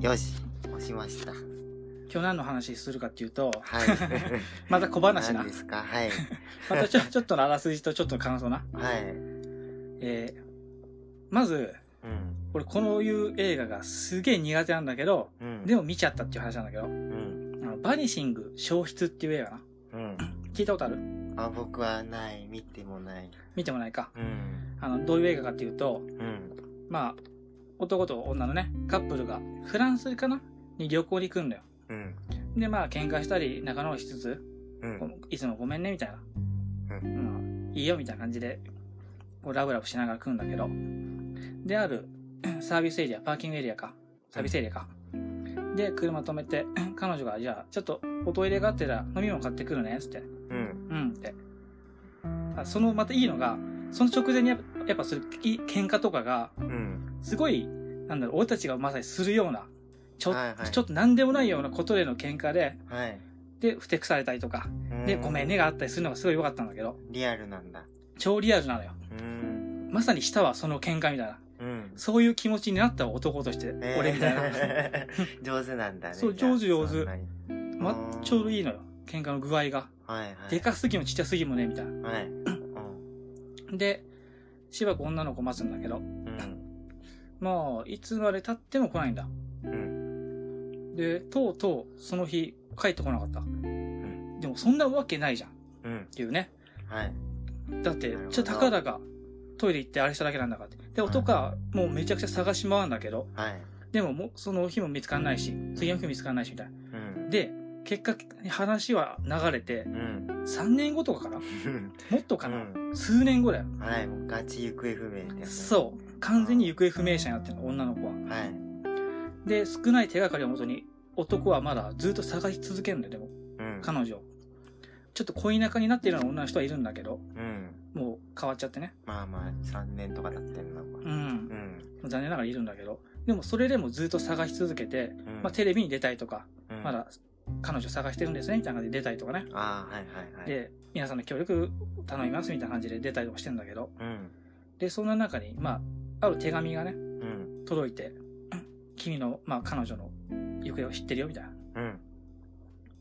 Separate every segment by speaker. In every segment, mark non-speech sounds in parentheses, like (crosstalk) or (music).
Speaker 1: よし押しました
Speaker 2: 今日何の話するかっていうと、
Speaker 1: はい
Speaker 2: また小 (laughs) 話な
Speaker 1: 何ですかはい
Speaker 2: またちょちょっとのあらすじとちょっとの感想な、
Speaker 1: はい
Speaker 2: えーまず
Speaker 1: うん
Speaker 2: 俺このいう映画がすげえ苦手なんだけど
Speaker 1: うん
Speaker 2: でも見ちゃったっていう話なんだけど
Speaker 1: うん
Speaker 2: あのバニシング消失っていう映画な
Speaker 1: うん
Speaker 2: 聞いたことある
Speaker 1: あ僕はない見てもない
Speaker 2: 見てもないか
Speaker 1: うん
Speaker 2: あのどういう映画かっていうと
Speaker 1: うん
Speaker 2: まあ男と女のねカップルがフランスかなに旅行に行くんだよ
Speaker 1: うん
Speaker 2: でまあ喧嘩したり仲直りしつつ
Speaker 1: うん
Speaker 2: いつもごめんねみたいな、
Speaker 1: う
Speaker 2: うんいいよみたいな感じでこうラブラブしながら来るんだけどである (clears throat) サービスエリアパーキングエリアかサービスエリアか、で車止めて (clears throat) 彼女がじゃあちょっとおトイレがあってら飲み物買ってくるねっつって
Speaker 1: うん
Speaker 2: うんってあそのまたいいのがその直前にやっぱやっぱそれい喧嘩とかが
Speaker 1: うん
Speaker 2: すごいなんだろう俺たちがまさにするようなちょ,、
Speaker 1: はいはい
Speaker 2: ちょっと何でもないようなことでの喧嘩で
Speaker 1: はい
Speaker 2: でふてくされたりとかで、ごめんねがあったりするのがすごい良かったんだけど、
Speaker 1: リアルなんだ
Speaker 2: 超リアルなのよ。
Speaker 1: うん
Speaker 2: まさに下はその喧嘩みたいな。
Speaker 1: うん
Speaker 2: そういう気持ちになった男として、
Speaker 1: えー
Speaker 2: 俺みたいな。
Speaker 1: (laughs) 上手なんだね
Speaker 2: そう
Speaker 1: じゃあ
Speaker 2: 上手上手
Speaker 1: そんなに
Speaker 2: ま、ちょうどいいのよ。喧嘩の具合が。
Speaker 1: はいはい
Speaker 2: でかすぎもちっちゃすぎもね、みたいな。
Speaker 1: はいうん
Speaker 2: で、しばらく女の子待つんだけど、
Speaker 1: うん
Speaker 2: もう、いつまで経っても来ないんだ。
Speaker 1: うん
Speaker 2: で、とうとう、その日、帰ってこなかった。
Speaker 1: ん
Speaker 2: でも、そんなわけないじゃん。っ
Speaker 1: うん
Speaker 2: ていうね。
Speaker 1: はい
Speaker 2: だって
Speaker 1: なるほ、ど
Speaker 2: ちょ、たかだか、トイレ行ってあれしただけなんだからって。で、男は、もうめちゃくちゃ探し回るんだけど、
Speaker 1: はい
Speaker 2: でももう、その日も見つかんないし、次の日も見つかんないし、みたいな。
Speaker 1: うん
Speaker 2: で、結果、話は流れて
Speaker 1: う、ん
Speaker 2: 3年後とかかなもっとかな、
Speaker 1: う
Speaker 2: 数年後だよ。
Speaker 1: はいもうガチ行方不明ってやつ
Speaker 2: そう。完全に行方不明者になってるの、女の子は。
Speaker 1: はい
Speaker 2: で、少ない手がかりをもとに、男はまだずっと探し続けるんだよ、でも、
Speaker 1: うん
Speaker 2: 彼女を。ちょっと恋仲になっているような女の人はいるんだけど、
Speaker 1: うん
Speaker 2: もう変わっちゃってね。
Speaker 1: まあまあ三年とか経ってんのか
Speaker 2: うん
Speaker 1: う。ん
Speaker 2: 残念ながらいるんだけど。でも、それでもずっと探し続けて、
Speaker 1: うん
Speaker 2: まあ、テレビに出たいとか、
Speaker 1: うん
Speaker 2: まだ彼女探してるんですね、みたいな感じで出たりとかね。
Speaker 1: ああはいはいはい
Speaker 2: で、皆さんの協力頼みますみたいな感じで出たりとかしてんだけど、
Speaker 1: うん
Speaker 2: で、そんな中に、まあ、ある手紙がね、
Speaker 1: うん
Speaker 2: 届いて、 (clears throat) 君の、まあ、彼女の行方を知ってるよ、みたいな。っ
Speaker 1: うん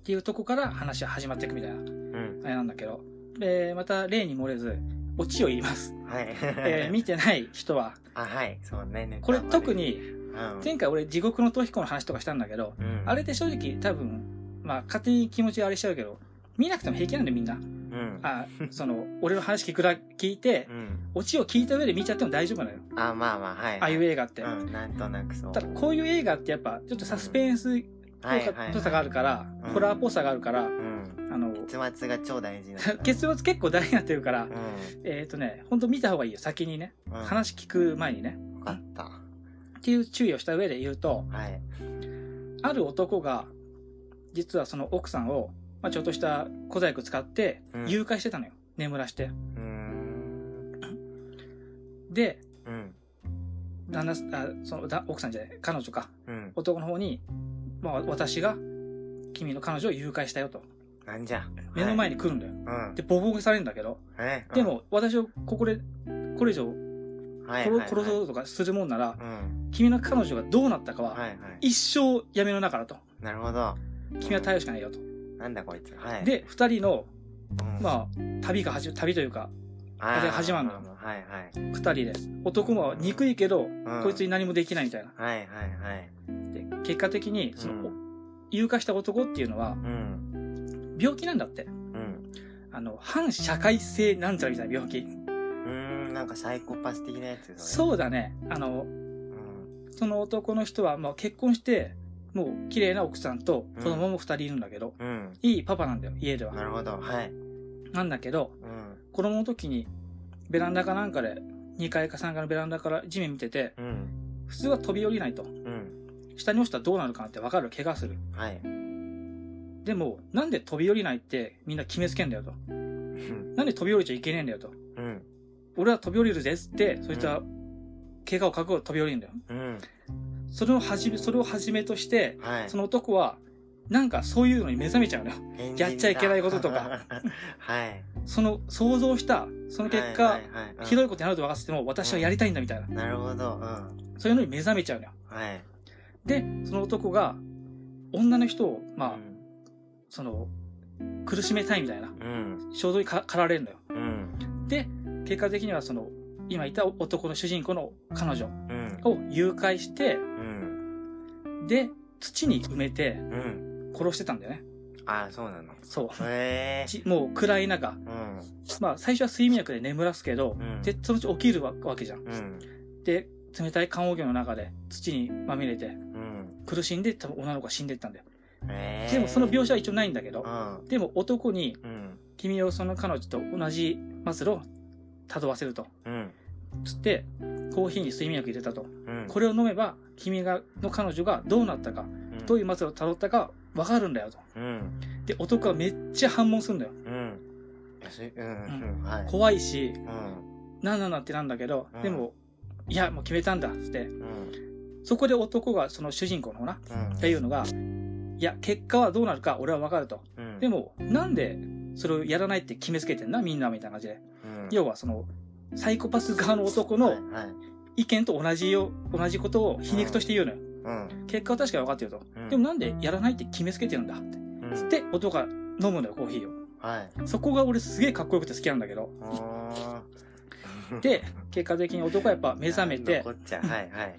Speaker 2: ていうとこから話は始まっていくみたいな、
Speaker 1: うん
Speaker 2: あれなんだけど。で、また例に漏れず、オチを言い
Speaker 1: (laughs)
Speaker 2: ます。
Speaker 1: はい
Speaker 2: えー見てない人は、
Speaker 1: あはいそうねネタ
Speaker 2: これ
Speaker 1: バレ
Speaker 2: 特に、
Speaker 1: うん
Speaker 2: 前回俺地獄の逃避行の話とかしたんだけど、
Speaker 1: うん
Speaker 2: あれって正直多分、まあ、勝手に気持ちがあれしちゃうけど、見なくても平気なんでみんな。
Speaker 1: うん
Speaker 2: あ、その、俺の話聞くだ、聞
Speaker 1: (laughs)
Speaker 2: いて
Speaker 1: う、ん
Speaker 2: オチを聞いた上で見ちゃっても大丈夫なのよ。
Speaker 1: あまあまあはい
Speaker 2: ああいう映画って。
Speaker 1: うんなんとなくそう
Speaker 2: ただこういう映画ってやっぱちょっとサスペンスっ
Speaker 1: はいはいはい
Speaker 2: ぽさがあるから、
Speaker 1: うん
Speaker 2: ホラーっぽさがあるから、
Speaker 1: うん (laughs)
Speaker 2: あの、
Speaker 1: 結末が超大事なんだ
Speaker 2: (laughs) 結末結構大事になってるから、
Speaker 1: う
Speaker 2: えっ、とね、ほんと見た方がいいよ、先にね。
Speaker 1: んうん
Speaker 2: 話聞く前にね。
Speaker 1: よかった
Speaker 2: っていう注意をした上で言うと、
Speaker 1: はい
Speaker 2: ある男が、実はその奥さんを、まあ、ちょっとした小細工使って
Speaker 1: うん
Speaker 2: 誘拐してたのよ。眠らして。
Speaker 1: うーん
Speaker 2: で、
Speaker 1: うん
Speaker 2: 旦那、あそのだ奥さんじゃない、彼女か。
Speaker 1: うん
Speaker 2: 男の方に、まあ、私が君の彼女を誘拐したよと。
Speaker 1: なんじゃ
Speaker 2: 目の前に来るんだよ。
Speaker 1: はい
Speaker 2: で、ボコボコにされるんだけど、
Speaker 1: うんえ
Speaker 2: でも、私をここで、これ以上
Speaker 1: うんはい
Speaker 2: 殺,、
Speaker 1: はいはい
Speaker 2: 殺そうとかするもんなら
Speaker 1: う、ん
Speaker 2: 君の彼女がどうなったか
Speaker 1: は
Speaker 2: は、
Speaker 1: いはい
Speaker 2: 一生闇の中だと。
Speaker 1: なるほど
Speaker 2: 君は頼るしかないよと。
Speaker 1: なんだこいつはい
Speaker 2: で、二人の、
Speaker 1: うん
Speaker 2: まあ、旅が始ま旅というか、
Speaker 1: あー
Speaker 2: あれ始まんの
Speaker 1: はいはい
Speaker 2: 二人で、男も憎いけど、
Speaker 1: ん
Speaker 2: こいつに何もできないみたいな。
Speaker 1: はいはいはい
Speaker 2: で、結果的に、その、
Speaker 1: う
Speaker 2: 誘拐した男っていうのは、
Speaker 1: うん
Speaker 2: 病気なんだって。
Speaker 1: うん
Speaker 2: あの、反社会性なんちゃらみたいな病気。
Speaker 1: うーんなんかサイコパス的なやつう
Speaker 2: そうだね。あの、
Speaker 1: うん
Speaker 2: その男の人は、まあ、結婚して、もう綺麗な奥さんと子供も二人いるんだけど、
Speaker 1: うん
Speaker 2: いいパパなんだよ、家で
Speaker 1: な
Speaker 2: は。
Speaker 1: るほどはい
Speaker 2: なんだけど、
Speaker 1: うん
Speaker 2: 子供の時にベランダかなんかで、2階か3階のベランダから地面見てて、
Speaker 1: うん
Speaker 2: 普通は飛び降りないと。
Speaker 1: うん
Speaker 2: 下に落ちたらどうなるかなってわかる、怪我する。
Speaker 1: はい
Speaker 2: でも、なんで飛び降りないってみんな決めつけんだよと。
Speaker 1: うん
Speaker 2: なんで飛び降りちゃいけねえんだよと。
Speaker 1: うん
Speaker 2: 俺は飛び降りるぜっつって、そいつは、怪我を覚悟で飛び降りるんだよ。
Speaker 1: うん
Speaker 2: それをはじめ、それをはじめとして、
Speaker 1: はい
Speaker 2: その男は、なんかそういうのに目覚めちゃうのよ。
Speaker 1: 変人だ
Speaker 2: やっちゃいけないこととか
Speaker 1: (laughs) はい
Speaker 2: その想像した、その結
Speaker 1: は
Speaker 2: 果
Speaker 1: い、はいはいうん
Speaker 2: ひどいことになると分かってても、私はやりたいんだみたいな。
Speaker 1: なるほどうん
Speaker 2: そういうのに目覚めちゃうのよ。
Speaker 1: はい
Speaker 2: でその男が女の人をまあ、
Speaker 1: うん
Speaker 2: その苦しめたいみたいな
Speaker 1: うん
Speaker 2: 衝動にか駆られるのよ
Speaker 1: うん
Speaker 2: で結果的にはその今いた男の主人公の彼女
Speaker 1: うん
Speaker 2: を誘拐して
Speaker 1: うん
Speaker 2: で土に埋めて
Speaker 1: うん
Speaker 2: 殺してたんだよね
Speaker 1: ああそうなの
Speaker 2: そう
Speaker 1: へえ
Speaker 2: じもう暗い中、
Speaker 1: うん
Speaker 2: まあ、最初は睡眠薬で眠らすけど、
Speaker 1: うん
Speaker 2: でそのうち起きるわわけじゃん、
Speaker 1: うん
Speaker 2: で冷たい棺桶の中で土にまみれて
Speaker 1: うん
Speaker 2: 苦しんで多分女の子が死んでったんだよ
Speaker 1: へえ
Speaker 2: でもその描写は一応ないんだけど
Speaker 1: うん
Speaker 2: でも男に
Speaker 1: うん
Speaker 2: 君をその彼女と同じ末路をたどわせると
Speaker 1: うん
Speaker 2: つってコーヒーに睡眠薬入れたと
Speaker 1: うん
Speaker 2: これを飲めば君がの彼女がどうなったか
Speaker 1: れ
Speaker 2: どういうう末路をたどったか分かるんだよと
Speaker 1: うん
Speaker 2: で男はめっちゃ反問するんだよ
Speaker 1: うんいやそれうんうんはい
Speaker 2: 怖いし
Speaker 1: うん
Speaker 2: なんなんなんってなんだけど
Speaker 1: うん
Speaker 2: でもいやもう決めたんだっつって
Speaker 1: うん
Speaker 2: そこで男がその主人公の方なっ
Speaker 1: うん
Speaker 2: ていうのがいや結果はどうなるか俺は分かると
Speaker 1: うん
Speaker 2: でもなんでそれをやらないって決めつけてんなみんなみたいな感じで
Speaker 1: うん
Speaker 2: 要はそのサイコパス側の男
Speaker 1: は
Speaker 2: の
Speaker 1: いはい
Speaker 2: 意見と同じよ同じことを皮肉として言うのよ
Speaker 1: うん
Speaker 2: 結果は確かに分かってると
Speaker 1: うん
Speaker 2: でもなんでやらないって決めつけてるんだって
Speaker 1: うん
Speaker 2: つって男が飲むのよコーヒーを
Speaker 1: はい
Speaker 2: そこが俺すげえかっこよくて好きなんだけど
Speaker 1: あー
Speaker 2: で結果的に男はやっぱ目覚め
Speaker 1: なん
Speaker 2: て
Speaker 1: のこっちゃはいはい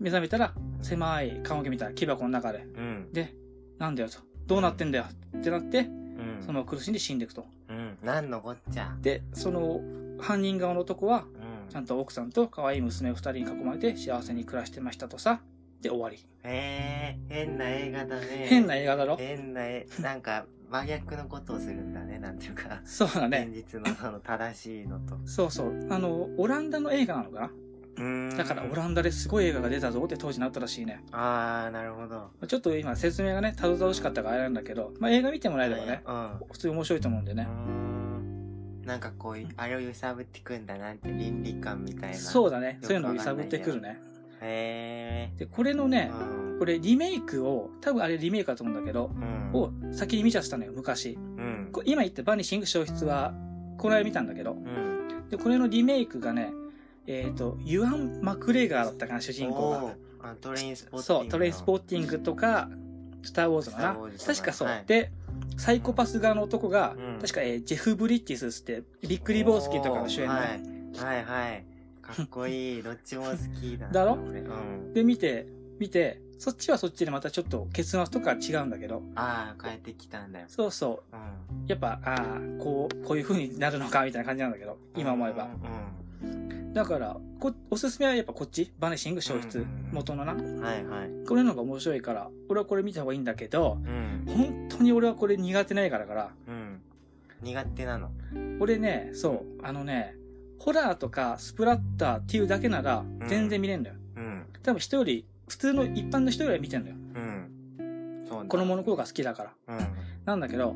Speaker 2: 目覚めたら狭い棺桶みたいな木箱の中で
Speaker 1: うん
Speaker 2: でなんだよとどうなってんだよってなって
Speaker 1: うん
Speaker 2: その苦しんで死んでいくと
Speaker 1: うんなんのこっちゃ
Speaker 2: でその犯人側の男は
Speaker 1: うん
Speaker 2: ちゃんと奥さんと可愛い娘2人に囲まれて幸せに暮らしてましたとさで終わり
Speaker 1: へえ変な映画だね
Speaker 2: 変な映画だろ
Speaker 1: (laughs) 変な絵なんか真逆のことをするんだねなんていうか
Speaker 2: そうだね
Speaker 1: 現実のその正しいのと
Speaker 2: そうそうあのオランダの映画なのかな (laughs) だからオランダですごい映画が出たぞって当時なったらしいね
Speaker 1: ああなるほど
Speaker 2: ちょっと今説明がねたどたどしかったからあれなんだけど、まあ、映画見てもらえればね
Speaker 1: うん
Speaker 2: 普通に面白いと思うんで
Speaker 1: う
Speaker 2: ね
Speaker 1: んなんかこうあれを揺さぶってくんだなんて倫理観みたいな
Speaker 2: そううだねそういうのを揺さぶってくるね
Speaker 1: へえ
Speaker 2: でこれのね
Speaker 1: うん
Speaker 2: これリメイクを多分あれリメイクだと思うんだけど
Speaker 1: うん
Speaker 2: を先に見ちゃってたのよ昔
Speaker 1: うん
Speaker 2: こ今言った「バニシング消失」はこの間見たんだけど
Speaker 1: うん
Speaker 2: でこれのリメイクがねえっ、とユアン・マクレガーだったかな主人公
Speaker 1: お
Speaker 2: が
Speaker 1: ーあトレインスポッティングの
Speaker 2: そうトレインスポーティングとか「スター・ウォーズ」か
Speaker 1: スターウォーズと
Speaker 2: な
Speaker 1: か
Speaker 2: 確かそう、
Speaker 1: はい
Speaker 2: でサイコパス側の男が、
Speaker 1: うん
Speaker 2: 確か、えージェフ・ブリッジスってビック・リボースキーとかの主演の、
Speaker 1: おーはいはいはいかっこいいどっちも好きだな
Speaker 2: だろ
Speaker 1: 俺うん
Speaker 2: で見て見てそっちはそっちでまたちょっと結末とか違うんだけど
Speaker 1: ああ変えてきたんだよ
Speaker 2: そうそう
Speaker 1: うん
Speaker 2: やっぱああこうこういう風になるのかみたいな感じなんだけど今思えば
Speaker 1: うんうん
Speaker 2: だからこおすすめはやっぱこっちバネシング消
Speaker 1: う
Speaker 2: 失
Speaker 1: んうんうん
Speaker 2: 元のな
Speaker 1: うんはいはい
Speaker 2: これの方が面白いから俺はこれ見た方がいいんだけど
Speaker 1: うん
Speaker 2: 本当に俺はこれ苦手な映画だから
Speaker 1: うん苦手なの
Speaker 2: 俺ねそうあのねホラーとかスプラッターっていうだけなら
Speaker 1: ん
Speaker 2: 全然見れんのよ
Speaker 1: うん
Speaker 2: 多分人より普通の一般の人よりは見てんのよ
Speaker 1: うんそうだ
Speaker 2: 子供の頃が好きだから
Speaker 1: うん
Speaker 2: なんだけど、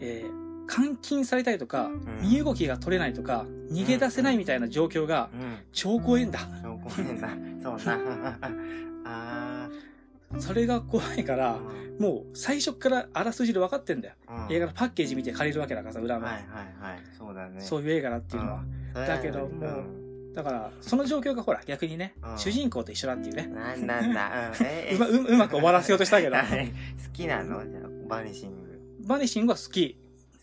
Speaker 2: えー監禁されたりとか、
Speaker 1: ん
Speaker 2: 身動きが取れないとか、逃げ出せないみたいな状況が、
Speaker 1: うん
Speaker 2: 超怖いんだ。
Speaker 1: そうごめんなそうな (laughs) あ
Speaker 2: それが怖いか
Speaker 1: あ
Speaker 2: ら、もう最初からあらすじで分かってんだよ。映画のパッケージ見て借りるわけだからさ、裏の。
Speaker 1: はいはいはいそうだね
Speaker 2: そういう映画だっていうのは。
Speaker 1: それ
Speaker 2: だけど
Speaker 1: うん
Speaker 2: もだから、その状況がほら、逆にね
Speaker 1: う、ん
Speaker 2: 主人公と一緒だっていうね。
Speaker 1: なんなんだ、
Speaker 2: (laughs)
Speaker 1: うん、え
Speaker 2: うまううまく終わらせようと
Speaker 1: (laughs)
Speaker 2: したけど
Speaker 1: はい好きなのじゃあバニシング
Speaker 2: バニシングは好き。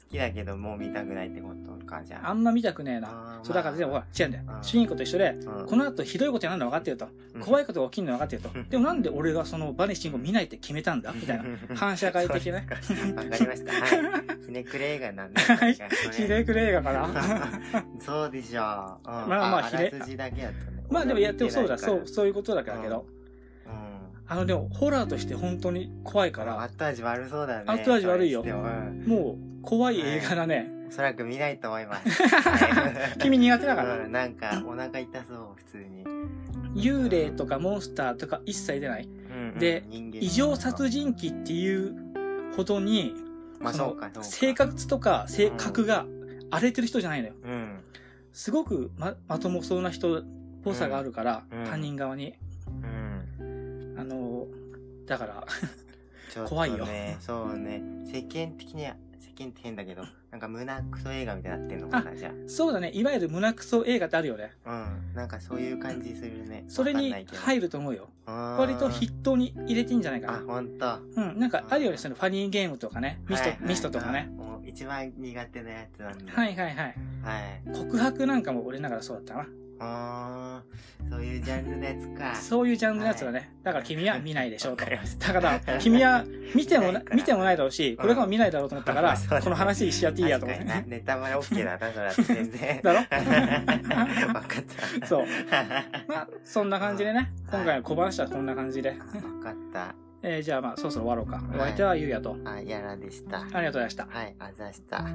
Speaker 1: 好きだけどもう見たくないってことかじゃ
Speaker 2: あ
Speaker 1: あ
Speaker 2: んま見たくねえな。
Speaker 1: あー
Speaker 2: そうだからでもほ
Speaker 1: ま
Speaker 2: ら、違うんだよ
Speaker 1: う。ん
Speaker 2: 主人公と一緒で、
Speaker 1: あうん
Speaker 2: この後ひどいことになるの分かってると。怖
Speaker 1: い
Speaker 2: いことが起きるの分かってると
Speaker 1: う。ん
Speaker 2: でもなんで俺がそのバニシングを見ないって決めたんだみたいな。反社会的ね。
Speaker 1: そうです (laughs) かわかりました。はい。ひねくれ映画なんだ。
Speaker 2: はい
Speaker 1: じゃあそれ
Speaker 2: ひねくれ映画かな
Speaker 1: (laughs) そうでしょう。まあ
Speaker 2: まあまあ
Speaker 1: あ
Speaker 2: ひね
Speaker 1: らすじだけやったね。
Speaker 2: まあでもやってもそうだ、そう、
Speaker 1: う
Speaker 2: そういうことだけだけど。
Speaker 1: ん。
Speaker 2: あのでも、ホラーとして本当に怖いか
Speaker 1: から
Speaker 2: ら、
Speaker 1: 後味悪そうだね。
Speaker 2: 後味悪いよ
Speaker 1: それにしてもうん
Speaker 2: もう怖い映画だね。
Speaker 1: おそらく見ないと思います。はい
Speaker 2: (laughs) 君苦手だから。
Speaker 1: うんなんかお腹痛そう普通に。
Speaker 2: 幽霊とかモンスターとか一切出ない。
Speaker 1: うんうん
Speaker 2: で
Speaker 1: 人間
Speaker 2: 異常殺人鬼っていうほどに、
Speaker 1: まあ
Speaker 2: その
Speaker 1: そうかそうか
Speaker 2: 性格とか性格が荒れてる人じゃないのよ。
Speaker 1: うん
Speaker 2: すごくままともそうな人っぽさがあるから、
Speaker 1: うんうん
Speaker 2: 犯人側に。
Speaker 1: うん
Speaker 2: あの、だから、
Speaker 1: ちょっとね
Speaker 2: 怖いよ
Speaker 1: そうね世間的には見って変だけど、なんか胸クソ映画みたいになってんのかな、じゃ
Speaker 2: そうだね。いわゆる胸クソ映画ってあるよね。
Speaker 1: あ。うん。なんかそういう感じするね。
Speaker 2: それに入
Speaker 1: る。
Speaker 2: ると思うよ。割
Speaker 1: 割
Speaker 2: と筆頭に入れていいんじゃないか
Speaker 1: あ、
Speaker 2: な。
Speaker 1: ほんと。
Speaker 2: うん。なんかあるよね。そのファニーゲームとかね。ミスト、
Speaker 1: はい
Speaker 2: ミストとかね。。
Speaker 1: もう一番苦手なやつなんだ。
Speaker 2: はいはいはい。
Speaker 1: はい。
Speaker 2: 告白なんかも俺ながらそうだったか
Speaker 1: あーそういうジャンルのやつか。
Speaker 2: な。そういうジャンルのやつだね。だから君は見ないでしょ
Speaker 1: (laughs)
Speaker 2: うと。
Speaker 1: わかりまし
Speaker 2: だから、君は見ても
Speaker 1: 見
Speaker 2: な
Speaker 1: ないから
Speaker 2: 見てもないだろうし、これからも見ないだろうと思ったか
Speaker 1: (laughs)
Speaker 2: ら
Speaker 1: そうだ、ね
Speaker 2: この話しちゃっていいやと思って
Speaker 1: 確かに
Speaker 2: ね。
Speaker 1: なネタバレ OK だな、それは全然。
Speaker 2: (laughs)
Speaker 1: (laughs)
Speaker 2: だろ
Speaker 1: 分かった。(laughs)
Speaker 2: (laughs) そう
Speaker 1: 分
Speaker 2: まあ、そんな感じでね、今回の小話はこんな感じで。
Speaker 1: かった。
Speaker 2: えーじゃあまあ、そろそろ終わろうか。お相手はゆうやと。
Speaker 1: あ、やらでした。
Speaker 2: ありがとうございました。
Speaker 1: はい、あざした。